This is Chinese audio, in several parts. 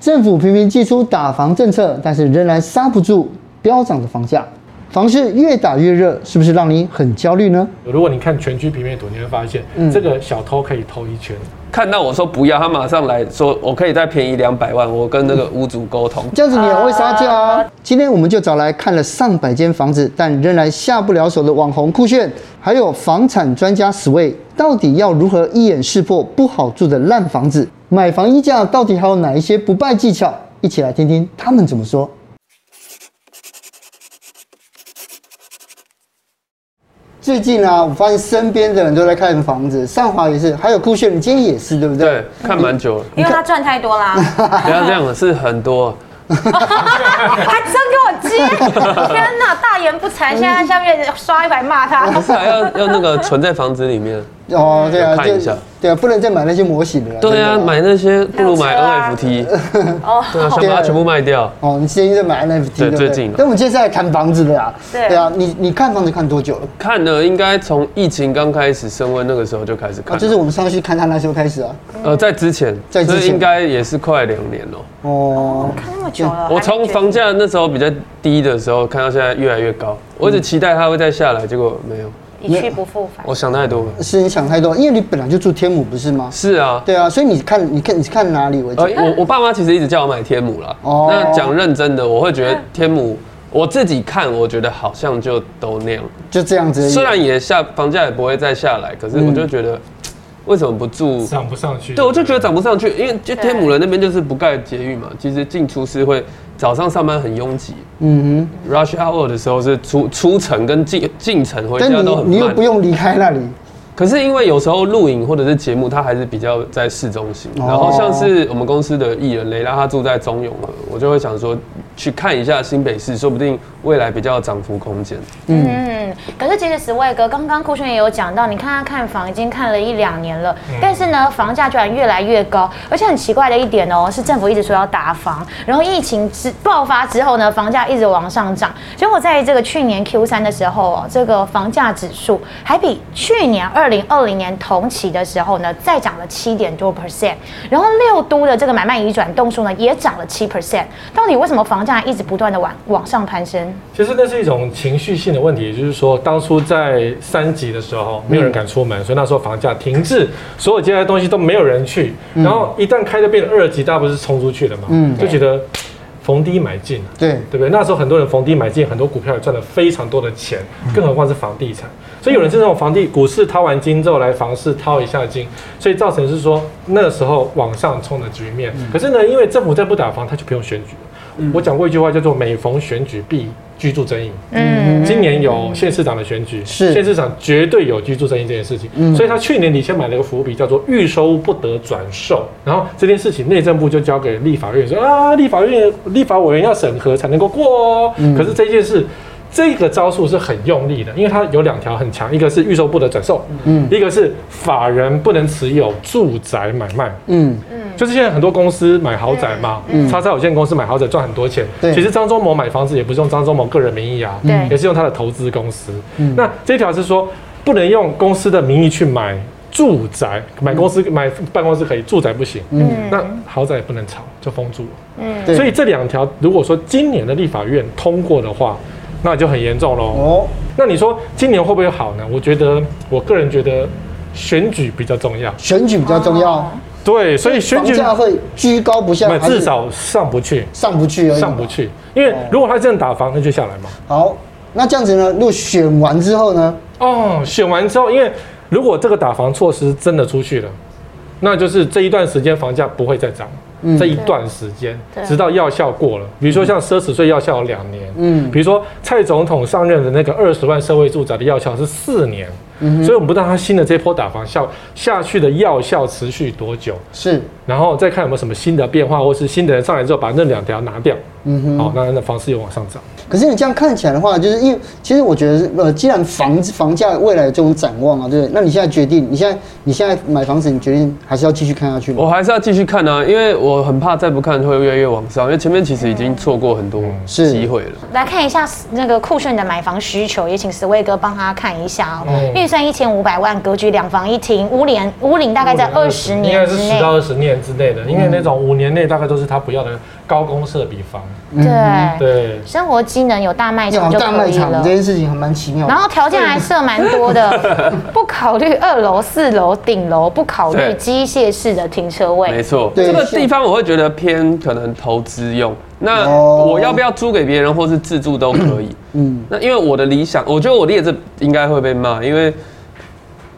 政府频频祭出打房政策，但是仍然刹不住飙涨的房价。房市越打越热，是不是让你很焦虑呢？如果你看全区平面图，你会发现、嗯这个小偷可以偷一圈。看到我说不要，他马上来说我可以再便宜两百万，我跟那个屋主沟通。这样子你很会杀价啊！今天我们就找来看了上百间房子，但仍然下不了手的网红酷炫，还有房产专家史卫，到底要如何一眼识破不好住的烂房子？买房议价到底还有哪一些不败技巧？一起来听听他们怎么说。最近啊，我发现身边的人都在看房子，上华也是，还有酷炫，你今天也是对不对？啊对，看蛮 久了，因为他赚太 多啦，不要这样，是很多。还真给我接！天哪，大言不嗯惭！现在下面刷一排骂他。 还要要那个存在房子里 面。哦，对啊，看一下就对啊，不能再买那些模型了啦。对真的啊，啊买那些不如买还有车啊 NFT，哦， 对啊，想把它全部卖掉。哦，你最近在买 NFT 对不最近但我们接下来谈房子的啦。对啊，你你看房子看多久了？看了应该从疫情刚开始升温那个时候就开始看啊，了，就是我们上次去看他那时候开始啊。呃在之前，在之前所以应该也是快两年了。哦，看那么久了，嗯我从房价那时候比较低的时候看到现在越来越高，嗯我一直期待它会再下来，结果没有，一去不复返。我想太多了。是你想太多，因为你本来就住天母不是吗？是啊，对啊，所以你看，你看，你看哪里为主呃？，我我爸妈其实一直叫我买天母啦。哦那讲认真的，我会觉得天母，我自己看，我觉得好像就都那样。就这样子而已。虽然也下房价也不会再下来，可是嗯我就觉得，为什么不住？涨不上去。对，我就觉得涨不上去，因为就天母人那边就是不盖捷运嘛，其实进出是会早上上班很拥挤嗯，rush hour 的时候是出出城跟进进城哼，回但家你都很你又慢不。用离开那里。可是因为有时候录影或者是节目，它还是比较在市中心。哦然后像是我们公司的艺人雷拉，他住在中永和，我就会想说去看一下新北市，说不定未来比较有涨幅空间。嗯，可是其实十位哥刚刚酷炫也有讲到，你看他看房已经看了一两年了，但是呢，房价居然越来越高，而且很奇怪的一点哦，是政府一直说要打房，然后疫情之爆发之后呢，房价一直往上涨，结果在这个去年 Q 三的时候哦，这个房价指数还比去年二零二零年同期的时候呢，再涨了七点多 percent，然后六都的这个买卖移转动数呢，也涨了七 percent，到底为什么房价一直不断的往往上攀升？其实那是一种情绪性的问题，也就是说，当初在三级的时嗯候，没有人敢出门，所以那时候房价停滞，所有接下来的东西都没有人去。嗯然后一旦开的变二级，大家不是冲出去了嘛？嗯就觉得逢低买进啊，对，对不对？那时候很多人逢低买进，很多股票也赚了非常多的钱，更何况是房地产。所以有人是那种房地股市掏完金之后来房市掏一下金，所以造成是说那时候往上冲的局面。可是呢，因为政府再不打房，他就不用选举了。我讲过一句话叫做“每逢选举必居住争议”。嗯今年有县市长的选举，是县市长绝对有居住争议这件事情，所以他去年底先买了个伏笔，叫做预收不得转售，然后这件事情内政部就交给立法院说啊，立法院立法委员要审核才能够过哦，可是这件事。这个招数是很用力的，因为它有两条很强，一个是预售不得转售，嗯，一个是法人不能持有住宅买卖，嗯，就是现在很多公司买豪宅嘛，叉叉有限公司买豪宅赚很多钱。对嗯其实张忠谋买房子也不是用张忠谋个人名义啊，对也是用他的投资公司。那这条是说不能用公司的名义去买住宅，买公嗯司买办公室可以，住宅不行。嗯那豪宅也不能炒，就封住了。嗯对所以这两条如果说今年的立法院通过的话，那就很严重喽。哦，那你说今年会不会好呢？我觉得，我个人觉得选举比较重要。选举比较重要，对，所以选房举价会居高不下那，还是至少上不去，上不去而已。上不。去，因为如果他真的打房，那就下来嘛。好，那这样子呢？如果选完之后呢？哦，选完之后，因为如果这个打房措施真的出去了，那就是这一段时间房价不会再涨。这一段时间，对直到药效过了，比如说像奢侈税药效有两年，嗯嗯，比如说蔡总统上任的那个二十万社会住宅的药效是四年，所以我们不知道他新的这波打房效下去的药效持续多久。是，然后再看有没有什么新的变化，或是新的人上来之后把那两条拿掉，嗯哼。好、那那房市又往上涨。可是你这样看起来的话，就是因为其实我觉得，呃，既然房子房价未来有这种展望啊，对不对？那你现在决定，你现在你现在买房子，你决定还是要继续看下去吗？我还是要继续看啊，因为我很怕再不看会越来越往上，因为前面其实已经错过很多是机会了。嗯来看一下那个酷炫的买房需求，也请十位哥帮他看一下哦。因为算一千五百万，格局两房一厅，屋龄屋龄大概在二十嗯应该年是之十内。到二十年之内嗯的，因为那种五年内大概都是他不要的高公设比房。对，对，生活机能有大卖要场往就嗯大卖可以场这了。件事情还蛮奇妙的然。后条件还设蛮 多的，不考虑二楼、四楼、顶楼，不考虑对机械式的停车没位。错，对这个像地方我会觉得偏可能投资用。那哦我要不要租给别人或是自住都可以。嗯，那因为我的理想，我觉得我列这应该会被骂，因为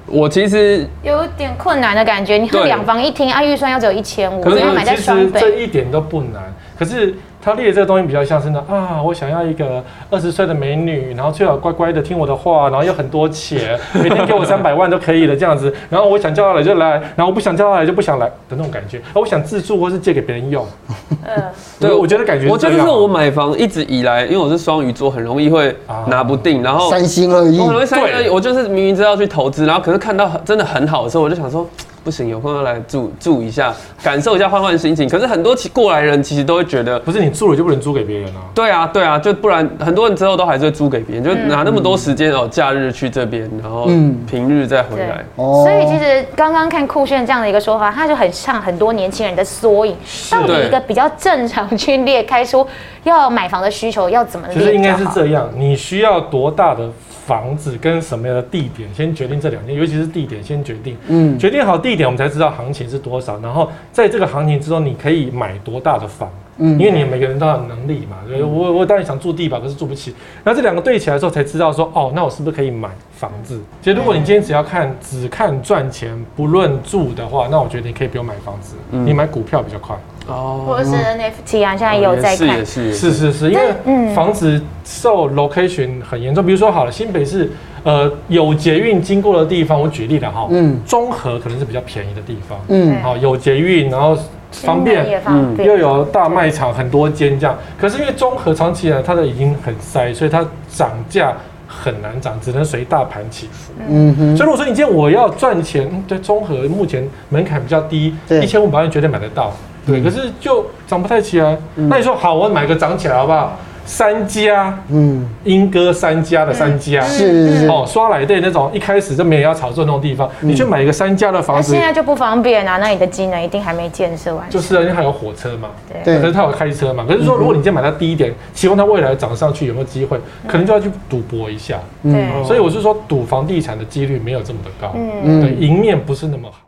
我其实有点困难的感觉，你看对两房一厅，啊按预算要只有一千五，可因是为买在其双实这北，一点都不难，可是他列这个东西比较像是那啊，我想要一个二十岁的美女，然后最好乖乖的听我的话，然后又很 多钱，每天给我三百万都可以了这样子。然后我想叫他来就来，然后我不想叫他来就不想来的那种感觉。啊，我想自住或是借给别人用。嗯，对，我觉得感觉我觉得是这样啊我买房一直以来，因为我是双鱼座，很容易会啊拿不定，然后三心二意我，很容易三对心我就是明明知道去投资，然后可是看到很真的很好的时候，我就想说。不行，有空要来住住一下，感受一下，换换心情。可是很多其过来人其实都会觉得，不是你住了就不能租给别人啊。对啊，对啊，就不然很多人之后都还是会租给别人，就拿那么多时间哦，假日去这边，然后嗯平日再回来。哦所以其实刚刚看酷炫这样的一个说法，它就很像很多年轻人的缩影。到底一个比较正常去列开出要买房的需求要怎么列？其实应该是。这样，你需要多大的房子跟什么样的地点，先决定这两件，尤其是地点先决定。嗯，决定好地点，我们才知道行情是多少。然后在这个行情之中，你可以买多大的房？嗯因为你每个人都有能力嘛。对我我当然想住地吧，可是住不起。那这两个对起来之后，才知道说，哦，那我是不是可以买房子？其实如果你今天只要看只看赚钱，不论住的话，那我觉得你可以不用买房子，你买股票比较快。哦，或者是 NFT 啊，现在也有在也是看也。是也哦是是是，是，因嗯为房子受 location 很严重，比如说好了，新北市呃有捷运经过的地方，我举例了哈，嗯嗯，中和可能是比较便宜的地方，嗯好有捷运，然后方新的也便。方便。嗯又有啊大卖场很多间这样，可是因为中和长期以来它的已经很塞，所以它涨价很难涨，只能随大盘起伏。嗯哼，所以如果说你今天我要赚钱，嗯对中和目前门槛比较低，对一千五百万绝对买得到，对，可是就涨不太起来。那你说好，我买个涨起来好不好？三家嗯，英歌三家的三家。是是是，哦，刷奶队那种一开始就没有要炒作那种地方，你去买一个三家的那房子现，在就不方便啊，那你的机能一定还没建设完。就是啊因为它有火车嘛，对可是它有开车嘛。可是说，如果你今天买到低一点，期望它未来涨上去有没有机会，可能就要去赌博一下。嗯对，所以我是说，赌房地产的几率没有这么的高。嗯，对，嗯，赢面不是那么好。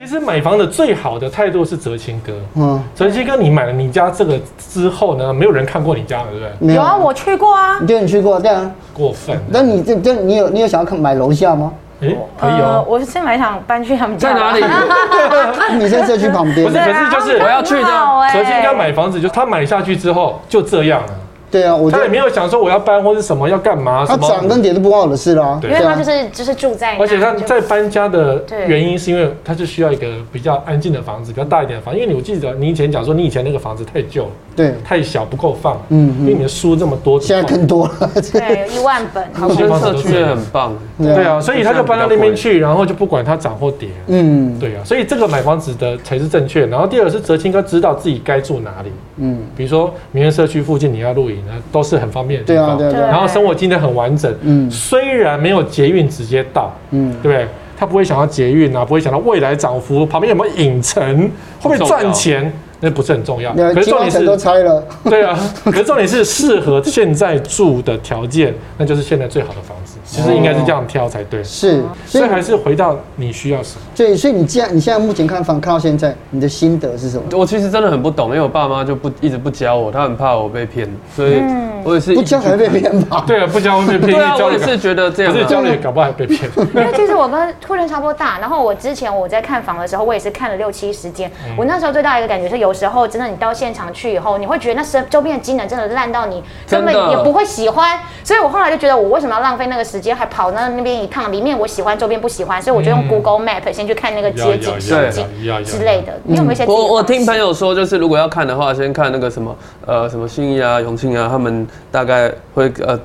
其实买房的最好的态度是哲青哥，嗯，哲青哥，你买了你家这个之后呢，没有人看过你家了，对不对？没有啊，我去过啊。你就你去过，对啊，过分。那你这这你有你有想要看买楼下 吗？哎、可以 哦、呃我是蛮想搬去他们在家。 啊哪里？你在社区旁边不，是，可是就是我要去的欸哲青哥要买房子，就他买下去之后就这样了，对啊，我觉他也得没有想说我要搬或是什么要干嘛它什涨跟么。跌都不关我的事啦，对因为对他啊就是就是住在那，而且他就在搬家的对原因是因为他是需要一个比较安静的房子，比较大一点的房子。因为你我记得你以前讲说你以前那个房子太旧了，对，太小不够放，嗯嗯，因为你的书这么多，现在更多 了，对一万本，我觉得社区也很棒，对啊，所以他就搬到那边去，然后就不管它涨或跌，嗯对啊，所以这个买房子的才是正确。然后第二个是哲青哥知道自己该住哪里，嗯，比如说民园社区附近你要露营呢，都是很方便的地对啊方，对啊对啊，然后生活机能很完整，嗯虽然没有捷运直接到，嗯对不对？他不会想到捷运啊，不会想到未来涨幅，旁边有没有影城，会不会赚钱，那不是很重要。那啊可是金重华点城都是，拆了，对啊， 可是重点是适合现在住的条件，那就是现在最好的房子。其实应该是这样挑才对。是，所所以以还是回到你需要什么。对，所以你既然你现在目前看房看到现在，你的心得是什么？我其实真的很不懂，因为我爸妈就不一直不教我，他很怕我被骗，所以我也是一直不交才被骗吧？对啊，不交会被骗，对啊，交我了也是觉得这样不是交啊。了也搞不好还被 骗。因为其实我跟突然差不多大，然后我之前我在看房的时候，我也是看了六七十间。嗯我那时候最大的一个感觉是，有时候真的你到现场去以后，你会觉得那身周边的机能真的烂到你根本真的也不会喜欢。所以我后来就觉得，我为什么要浪费那个时间，还跑到那边一趟，里面我喜欢，周边不喜欢，所以我就嗯用 Google Map 先去看那个街景要设计要要之类的。你有没有一些自己的我我方式听朋友说，就是如果要看的话，先看那个什么呃什么信义啊、永庆啊，他们大概会呃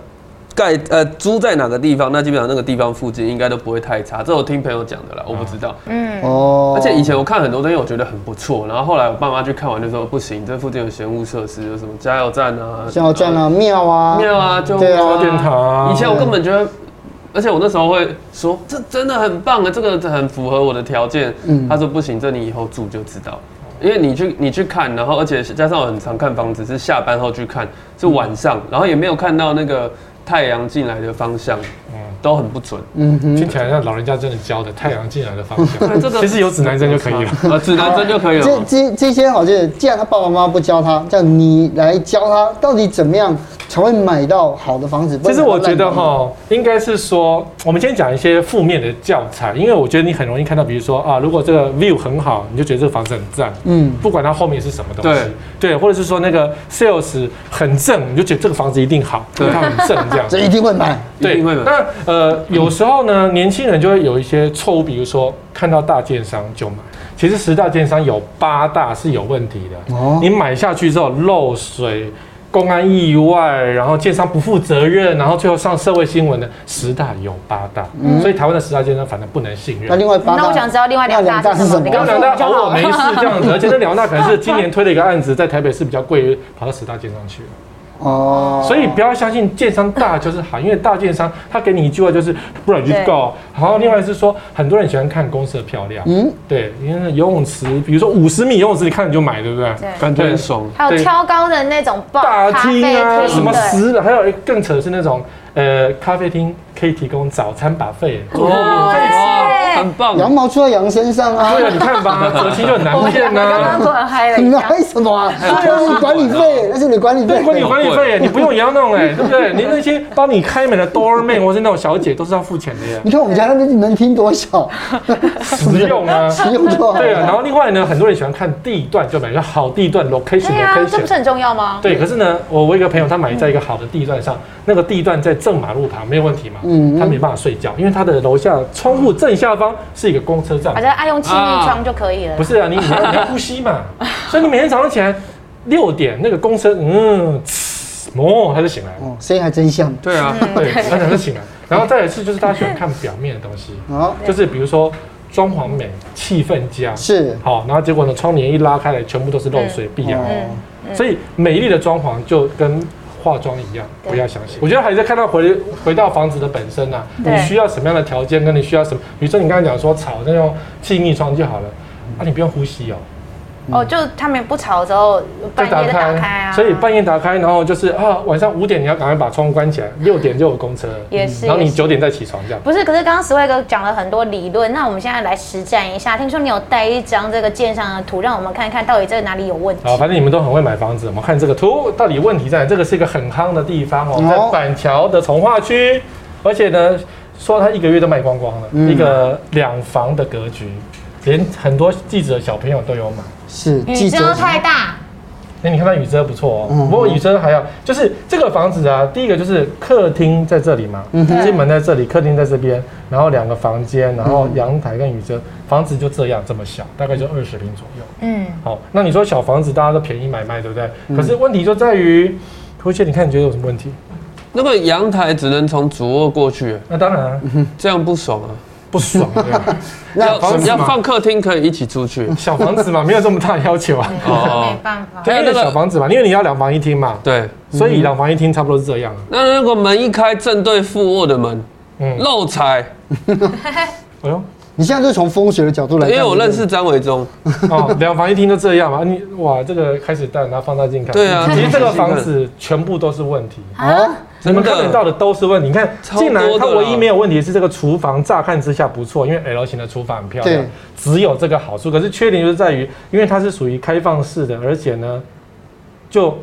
盖呃租在哪个地方，那基本上那个地方附近应该都不会太差。这我听朋友讲的啦，我不知道。哦，而且以前我看很多东西，我觉得很不错，然后后来我爸妈去看完就说哦不行，这附近有闲物设施，有什么加油站啊，加油站啊、庙啊，庙啊，就对啊电塔啊以前我根本觉得，而且我那时候会说，这真的很棒啊，这个很符合我的条件。嗯他说不行，这你以后住就知道。因为你去你去看，然后而且加上我很常看房子，是下班后去看，是晚上，嗯然后也没有看到那个太阳进来的方向，都很不准。嗯哼，听起来像老人家真的教的太阳进嗯来的方向。这个其实有指南针就可以了。呃，指南针就可以了嗯这嘛。这这些好像，既然他爸爸妈妈不教他，叫你来教他，到底怎么样才会买到好的房子？不其然实买到我觉得烂房子，哈，应该是说，我们先讲一些负面的教材，因为我觉得你很容易看到，比如说啊，如果这个 view 很好，你就觉得这个房子很赞，嗯，不管它后面是什么东西，对，或者是说那个 sales 很正，你就觉得这个房子一定好，对它很正 这样。这一定会买，一定会买那呃，有时候呢，年轻人就会有一些错误，比如说看到大建商就买。其实十大建商有八大是有问题的，哦你买下去之后漏水、公安意外，然后建商不负责任，然后最后上社会新闻的十大有八大，所以台湾的十大建商反正不能信任那。另外八大，那我想知道另外两大那是是什么什么？你你哦刚刚刚两刚说大比较偶尔好没事这样子，而且那两大可能是今年推的一个案子，在台北市比较贵，跑到十大建商去了。哦，所以不要相信建商大就是好，因为大建商他给你一句话就是不然你就去告。然后另外是说，很多人喜欢看公司的漂亮，嗯，对，因为那游泳池，比如说五十米游泳池，你看你就买，对不对？对感觉很爽。还有对挑高的那种报大厅啊，什么对十的，还有更扯的是那种呃咖啡厅可以提供早餐把费，哦，哇很棒。羊毛出在羊身上啊，对啊，你看吧，择期就很难骗啊我哦刚刚呐。突然嗨 了你一们下。为什么啊？那是你管理费，那是你管理对，费，管理管理费，你不用也要弄哎，对不对？你那些帮你开门的 doorman 或是那种小姐都是要付钱的 呀，你看我们家那个门厅多小，实用啊。实用就好了。对啊，然后另外呢，很多人喜欢看地段，就买个好地段 location 对啊，这不是 location。很重要吗？对，可是呢，我我一个朋友他买在一个好的地段上，那个地段在正马路旁，没有问题嘛，嗯他没办法睡觉，因为他的楼下窗户正下方是一个公车站反，正爱用气啊密窗就可以了。不是啊，你你要你要呼吸嘛，所以你每天早上起来六点那个公车，嗯，呲哦，他就醒来了，哦，声音还真像。对啊，对，他就醒来，然后再一次就是大家喜欢看表面的东西，好，就是比如说装潢美、气氛佳，是好，然后结果呢，窗帘一拉开来，全部都是漏水、壁嗯啊，哦所以美丽的装潢就跟化妆一样，对不要相信。我觉得还是看到回回到房子的本身啊，对你需要什么样的条件，跟你需要什么，比如说你刚才讲说草那种气密窗就好了，啊，你不用呼吸哦，哦，就他们不吵之后，半夜就打开啊。所以半夜打开，然后就是啊，晚上五点你要赶快把窗户关起来，六点就有公车了，也是然后也你是九点再起床这样。不是，可是刚刚 Sway 哥讲了很多理论，那我们现在来实战一下。听说你有带一张这个鉴赏的图，让我们看看到底这哪里有问题。好，反正你们都很会买房子，我们看这个图到底问题在哪？这个是一个很夯的地方哦，哦在板桥的从化区，而且呢，说它一个月都卖光光了，嗯一个两房的格局，连很多记者小朋友都有买。是，雨遮太大，那你看它雨遮不错哦，嗯不过雨遮还要就是这个房子啊，第一个就是客厅在这里嘛，嗯哼进门在这里，客厅在这边，然后两个房间，然后阳台跟雨遮，房子就这样这么小，大概就二十平左右。嗯，好，那你说小房子大家都便宜买卖，对不对？可是问题就在于，涂姐，你看你觉得有什么问题？那那个阳台只能从主卧过去，那当然啊这样不爽啊。不爽，对吧要房子嘛嗯要放客厅可以一起出去。哦小房子嘛，没有这么大的要求 啊。没 办法。对，哎因那为个小房子嘛，因为你要两房一厅嘛，对，所以两房一厅差不多是这样啊。那如果门一开，正对副卧的门，嗯，漏财。哎呦，你现在就从风水的角度来因看，为我认识张伟忠，哦，两房一厅就这样嘛，你哇，这个开始带拿放大镜看。对啊其实这个房子全部都是问题。啊，你真们的看得到的都是问题。你看超进来多，的它啦唯一没有问题是这个厨房，乍看之下不错，因为 L 型的厨房很漂亮对，只有这个好处。可是缺点就是在于，因为它是属于开放式的，而且呢，就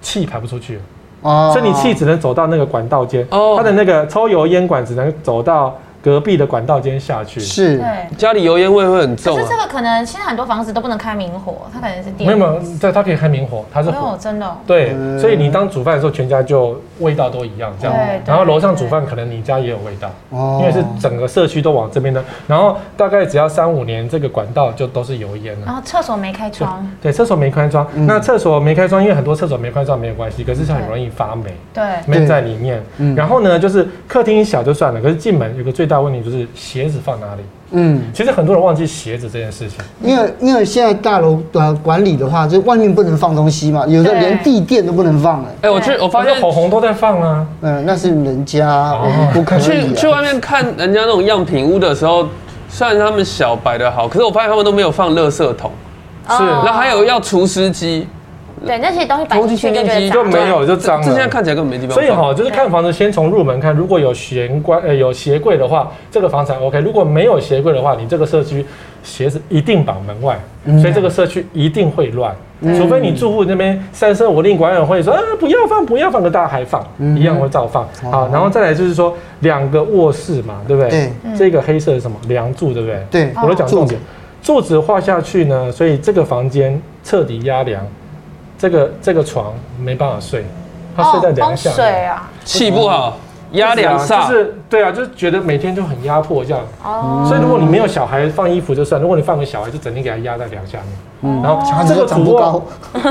气排不出去，哦所以你气只能走到那个管道间。哦它的那个抽油烟管只能走到隔壁的管道间下去。是对。家里油烟味会很可重是这啊。个可能现在很多房子都不能开明火，它可能是电。没有没有，对，它可以开明火，它是没有，火。真的哦。对，嗯所以你当煮饭的时候，全家就味道都一样这样对对。然后楼上煮饭，可能你家也有味道，哦因为是整个社区都往这边的。然后大概只要三五年，这个管道就都是油烟了然。后厕所没开窗，对，厕所没开窗，嗯那厕所没开窗，因为很多厕所没开窗没有关系，可是很容易发霉。对，闷在里面嗯。然后呢，就是客厅小就算了，可是进门有个最大问题就是鞋子放哪里。嗯，其实很多人忘记鞋子这件事情。因为因为现在大楼呃管理的话，就外面不能放东西嘛，有的对连地垫都不能放了。哎，我去，我发发现现红红都在放啊，嗯，那是人家，我哦们不可以去去啊。外面看人家那种样品屋的时候，虽然他们小摆的好，可是我发现他们都没有放垃圾桶，是哦那还有要除湿机，对那些东西摆进去就觉得就脏。没有就脏这这现在了。看起来根本没地方所放。以哈、就是看房子先从入门看，如果有玄关呃有鞋柜的话，这个房产 OK；如果没有鞋柜的话，你这个社区鞋子一定绑门外，嗯所以这个社区一定会乱。除非你住户那边三生五令管委会说啊不要放不要放，可大家还放，嗯一样会照放。哦好，然后再来就是说两个卧室嘛，对不对？对嗯这个黑色是什么？梁柱，对不对？对，我都讲重柱点子，柱子画下去呢，所以这个房间彻底压凉，这个这个床没办法睡，他睡在凉哦风下水面。啊，气不好，压对啊两煞，就是对啊，就是觉得每天就很压迫这样。哦，所以如果你没有小孩放衣服就算，如果你放个小孩，就整天给他压在凉下面，嗯然后小孩子这个哦就长主不卧高，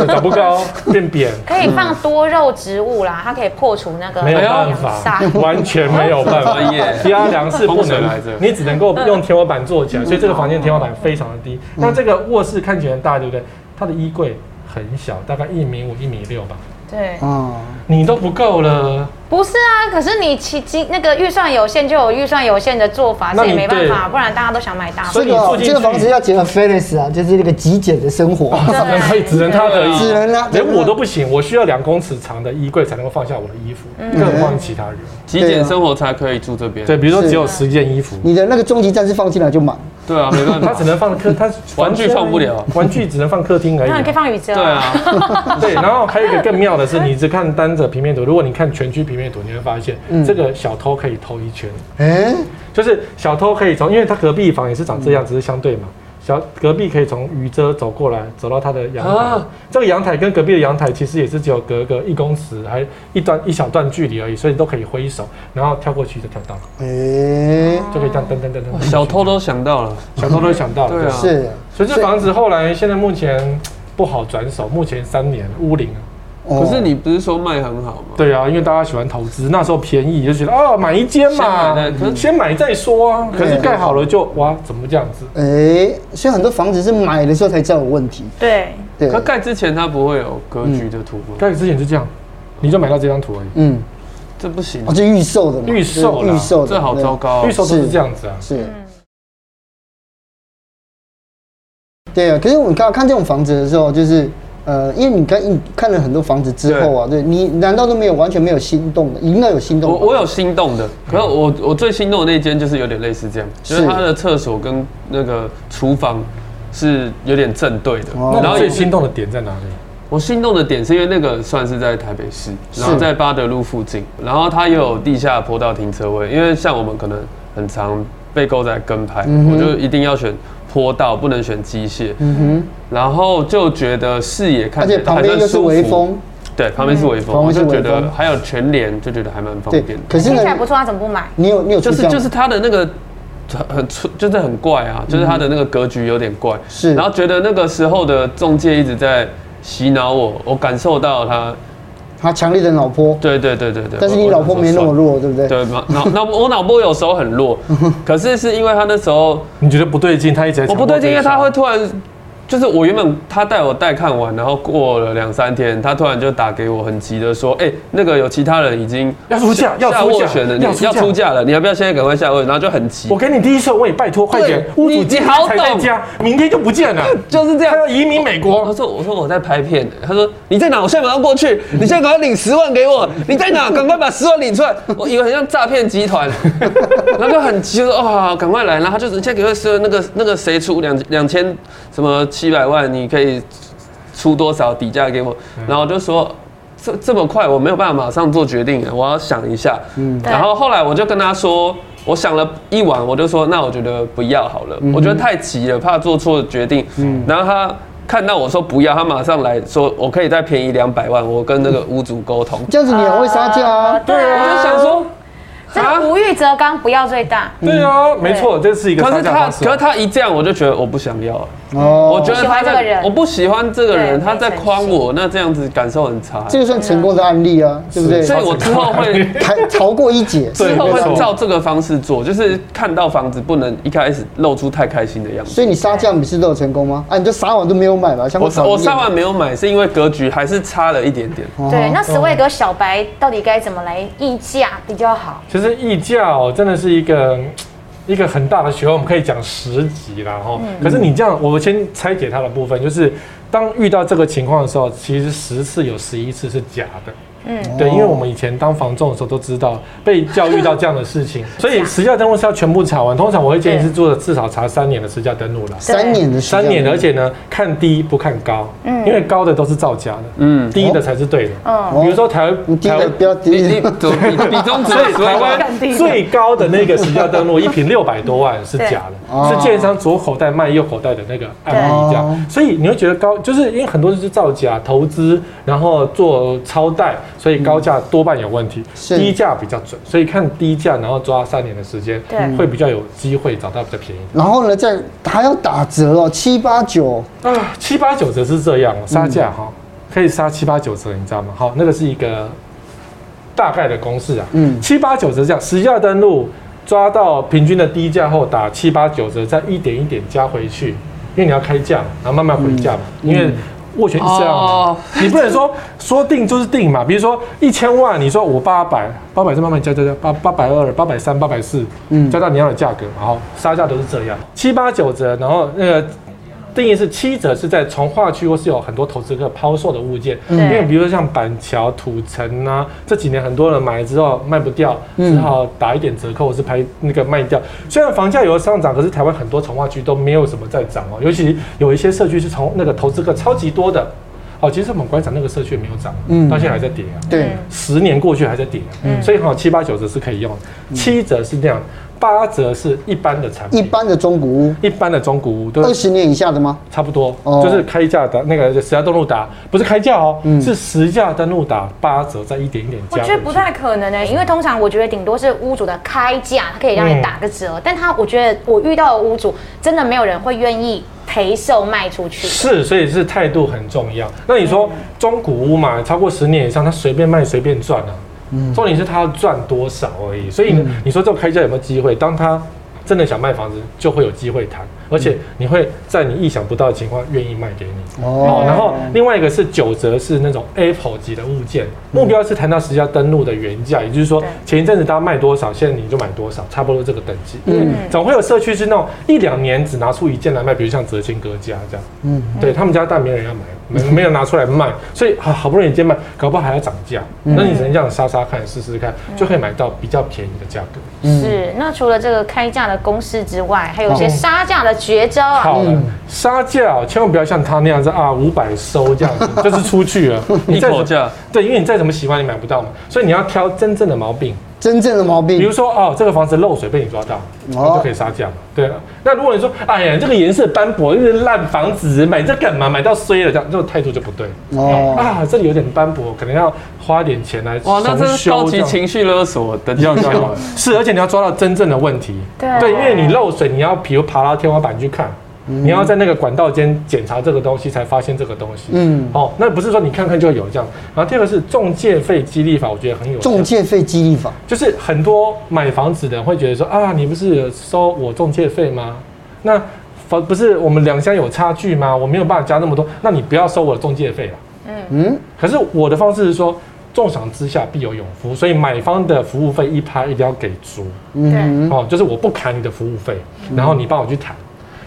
长不高，变扁，可以放多肉植物啦，它可以破除那个没有办阳哎法煞，完全没有办法专业。压梁是不风水能来着，你只能够用天花板做起来，嗯所以这个房间天花板非常的低。那这个卧室看起来很大，对不对？它的衣柜很小，大概一米五、一米六吧，对，嗯，你都不够了。不是啊，可是你其其那个预算有限，就有预算有限的做法，那这你也没办法，对不然大家都想买大所这以房。你个住进去这哦个房子要结合 f e l i x 啊，就是那个极简的生活，只能可以，只能他可以，只能啊连我都不行。我需要两公尺长的衣柜才能够放下我的衣服，更何况其他人。极简生活才可以住这边。对，啊对比如说是只有十件衣服，你的那个终极战士放进来就满，对啊，没办嗯 他法，只能放客，他玩具放不了，玩具只能放客厅而已那你可以啊。放雨遮对啊，啊， 对，然后还有一个更妙的是，你只看单着平面图，如果你看全区平面图，你会发现这个小偷可以偷一圈，哎，就是小偷可以从，因为他隔壁房也是长这嗯样，只是相对嘛。小隔壁可以从雨遮走过来，走到他的阳台啊。这个阳台跟隔壁的阳台其实也是只有隔个一公尺，还一段一小段距离而已，所以都可以挥手，然后跳过去就跳到了，哎，就可以这样噔噔噔噔噔。小偷都想到了，小偷都想到了，对啊是，所以这房子后来现在目前不好转手，目前三年屋龄啊。哦可是你不是说卖很好吗？对啊，因为大家喜欢投资，那时候便宜就觉得哦买一间嘛先买再，说先买再说啊。可是对盖好了就哇怎么这样子？哎，所以很多房子是买的时候才知道有问题，对，对可，盖之前它不会有格局的图吗？盖之前就这样，你就买到这张图而已，嗯，这不行啊哦，，就预售的嘛，预售啦预售的，这好对糟，糕哦预。售都是这样子啊。是。嗯，对啊，可是我刚好看这种房子的时候，就是呃，因为你看你看了很多房子之后啊，对你难道都没有完全没有心动的？应该有心动我吧。我有心动嗯的，可是我我最心动的那间就是有点类似这样，就是它的厕所跟那个厨房是有点正对的，哦那然你后最也心动的点在哪里？我心动的点是因为那个算是在台北市，是然后在八德路附近，然后它又有地下坡道停车位，因为像我们可能很常被勾在跟拍，嗯哼我就一定要选坡道，不能选机械，嗯然后就觉得视野哼，而看起且来旁还边算又是舒微服，风，嗯对，旁边是微风，旁我边是就觉微得风还有全联，就觉得还蛮方对便。的。可是听起来呢不，错，他啊怎么不买？你有你有就出这是样就是它的那个很很粗，就是很怪啊，就是它的那个格局有点怪。嗯是然后觉得那个时候的中介一直在洗脑我，我感受到他，他强烈的脑波，对对对对对。但是你我老婆没那么。弱，对不对？我想说算了对，脑脑我脑波有时候 很弱，可是是因为他那时候你觉得不对劲，他一直在我强不迫对劲，因为推销他会突然，就是我原本他带我带看完，然后过了两三天，他突然就打给我，很急的说，哎、那个有其他人已经要出价要下出价斡旋了，你要出价要出价了，你要不要现在赶快下斡旋？然后就很急，我给你第一顺位，拜托快点对，屋你主你今天好才在懂家，明天就不 见了，就是这样他。要移民美他国。说：“我说我在拍片。”他说：“你在哪？我现在马上过去。你现在赶快领十万给我。你在哪？赶快把十万领出来。”我以为很像诈骗集团，然后就很急，就说：“哦，好好赶快来。”然后他就直接给我说：“那个那个谁出两两千什么七百万，你可以出多少底价给我？”嗯然后我就说。这啊这么快，我没有办法马上做决定，我要想一下。嗯，然后后来我就跟他说，我想了一晚，我就说那我觉得不要好嗯了，我觉得太急了，怕做错决定。然后他看到我说不要，他马上来说我可以再便宜两百万，我跟那个屋主沟通。这样子你很会杀价啊。对我啊，就想说，这个无欲则刚，不要最大。对啊，没错，这是一个可杀是价他，方式啊可是。他一这样，我就觉得我不想要了。哦，我觉得他不喜欢这个在，人我不喜欢这个人，对他在框没诚我，那这样子感受很差。这个算成功的案例啊，对不对？所以我之后会逃逃过一劫。 对之后没错会照这个方式做，就是看到房子不能一开始露出太开心的样子。所以你杀价每次都有成功吗？啊，你就杀完都没有买吧？像我炒我面三万没有买，是因为格局还是差了一点点。哦对，那 Sway 哥小白到底该怎么来议价比较好？其实议价哦，真的是一个一个很大的学问，我们可以讲十集啦哈。可是你这样，我先拆解它的部分，就是当遇到这个情况的时候，其实十次有十一次是假的。对，因为我们以前当房仲的时候都知道被教育到这样的事情，所以实价登录是要全部查完。通常我会建议是做至少查三年的实价登录啦。三年的时间三年，而且呢，看低不看高，因为高的都是造假的，嗯，低的才是对的。嗯比如说台哦你第一台个湾不要你低你，比比中指所以所台以湾 最高的那个实价登录一瓶六百多万是假的，对是建商左口袋卖右口袋的那个案例价哦，所以你会觉得高，就是因为很多就是造假、投资，然后做超贷，所以高价多半有问题，嗯是低价比较准，所以看低价，然后抓三年的时间对，会比较有机会找到比较便宜 然后呢，再还要打折哦，七八九，的。啊，七八九折是这样哦，杀价嗯哈，可以杀七八九折，你知道吗？好，那个是一个大概的公式啊，嗯，七八九折这样，实价登录抓到平均的低价后打七八九折，再一点一点加回去，因为你要开价嘛，然后慢慢回价嘛，嗯因为斡旋是啊这样嘛哦，你不能说说定就是定嘛。比如说一千万，你说我八百，八百再慢慢加加加，八八百二、八百三、八百四，嗯加到你要的价格，然后杀价都是这样，七八九折，然后那个。定义是七折，是在从化区或是有很多投资客抛售的物件，嗯因为比如说像板桥、土城啊，这几年很多人买了之后卖不掉，只嗯好打一点折扣，或是拍那个卖掉。虽然房价有上涨，可是台湾很多从化区都没有什么在涨哦，尤其有一些社区是从那个投资客超级多的。哦，其实我们观察那个社区也没有涨，嗯到现在还在跌啊。对，嗯十年过去还在跌啊、所以哈、七八九折是可以用的，七折是那样，八折是一般的产品，一般的中古屋，一般的中古屋都二十年以下的吗？差不多，哦就是开价的那个实价登录打，不是开价哦，是实价登录打八折，再一点一点我加。觉得不太可能呢、欸因为通常我觉得顶多是屋主的开价，他可以让你打个嗯折，但他我觉得我遇到的屋主真的没有人会愿意赔售卖出去。是，所以是态度很重要。那你嗯说中古屋嘛，超过十年以上，他随便卖随便赚啊。重点是他要赚多少而已。所以你说这个开价有没有机会？当他真的想卖房子，就会有机会谈，而且你会在你意想不到的情况愿意卖给你。哦，然后另外一个是九折，是那种 Apple 级的物件，目标是谈到实际要登录的原价，也就是说对前一阵子大家卖多少，现在你就买多少，差不多这个等级。嗯嗯，总会有社区是那种一两年只拿出一件来卖，比如像泽清哥家这样。嗯嗯，对他们家但没人要买，没没有拿出来卖，所以好好不容易一件卖，搞不好还要涨价，那你只能这样杀杀看，试试看，嗯就可以买到比较便宜的价格。是，那除了这个开价的公式之外，还有一些杀价的绝招啊。好了，杀价哦千万不要像他那样子啊，五百收这样子，就是出去了，一再口价，对，因为你再怎么喜欢，你买不到嘛，所以你要挑真正的毛病，真正的毛比病如，说哦，这个房子漏水被你抓到，哦那就可以杀价嘛。对，那如果你说哎呀，这个颜色斑驳，这是烂房子，买这干嘛？买到衰了，这样这种态度就不对。哦啊，这里有点斑驳，可能要花点钱来哇，那重真是修高这级样情绪勒索的技要要巧要。，是，而且你要抓到真正的问题。对因为你漏水，你要比如爬到天花板去看，嗯你要在那个管道间检查这个东西，才发现这个东西。嗯，哦，那不是说你看看就有这样。然后第二个是中介费激励法，我觉得很有效中介费激励法，就是很多买房子的人会觉得说啊，你不是有收我中介费吗？那房不是我们两厢有差距吗？我没有办法加那么多，那你不要收我的中介费了。啊嗯，可是我的方式是说，重赏之下必有勇夫，所以买方的服务费一趴一定要给足。嗯，哦，就是我不砍你的服务费，然后你帮我去谈，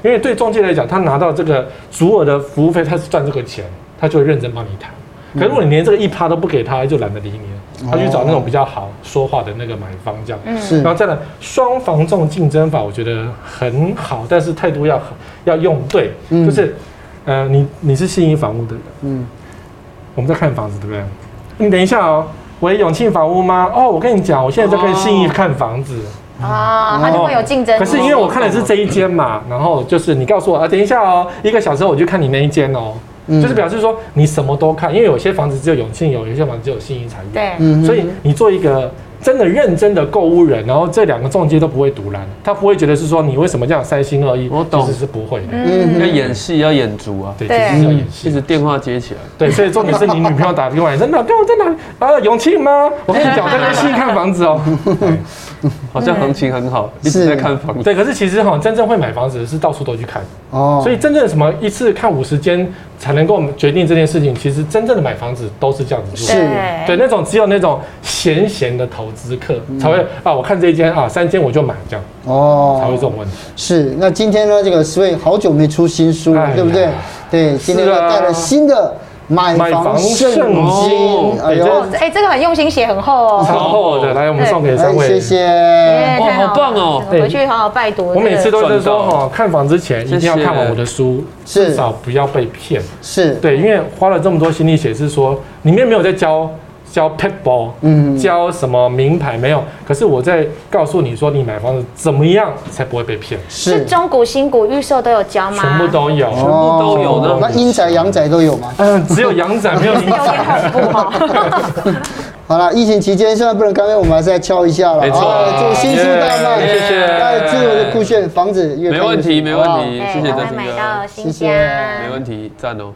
因为对中介来讲，他拿到这个足额的服务费，他是赚这个钱，他就会认真帮你谈。可是如果嗯你连这个一趴都不给他，他就懒得理你了，他去找那哦种比较好说话的那个买方这样。是然后再来双防重竞争法，我觉得很好，但是态度要要用对，嗯就是呃，你你是信义房屋的人，嗯嗯，我们在看房子，对不对？哦你等一下哦，喂，永庆房屋吗？哦，我跟你讲，我现在在跟信义看房子。啊，它就会有竞争。哦可是因为我看的是这一间嘛，然后就是你告诉我啊，等一下哦，一个小时后我去看你那一间哦，就是表示说你什么都看，因为有些房子只有永庆有，有些房子只有信义才有，对，嗯哼所以你做一个真的认真的购物人，然后这两个中介都不会独揽，他不会觉得是说你为什么这样三心二意，我懂其实是不会的， 要嗯，演戏要演足啊，对，对其实是要演一戏直。电话接起来。对，所以重点是你女朋友打电话来，真的跟我在哪里？啊，永庆吗？我跟你讲，我在那新看房子哦。好像行情很好，一直在看房子。对，可是其实哈，真正会买房子的是到处都去看，哦所以真正什么一次看五十间才能够决定这件事情，其实真正的买房子都是这样子做。是对，那种只有那种闲闲的投资客才会啊，我看这一间啊，三间我就买这样，才会嗯哦，这种问题。是。那今天呢，这个 Sway 好久没出新书哎了，呀对不对？对，今天又带了新的买买房房圣圣经经，哎哎呦这，哎，这个很用心写，很厚哦。超厚的，来我们送给三哎，位。谢谢。耶哇太了好棒哦回去好好拜读。我每次都是说赚到哈，看房之前一定要谢谢看完我的书，是至少不要被骗。是，对，因为花了这么多心力写，是说里面没有在教教 p e t b a l l 嗯嗯，教什么名牌没有，可是我在告诉你说，你买房子怎么样才不会被骗，是是，中古、新古、预售都有教吗？全部都有。全部都有哦呢那阴宅阳宅都有吗？嗯，只有阳仔没有阴有点仔。恐怖哦哈。好了，疫情期间虽然不能干杯，我们还是来敲一下了。没错哦祝新书大卖，耶谢谢大家祝我的酷炫房子越没问题，没问题，谢谢赶快真买真到哥，新谢家谢。没问题，赞哦。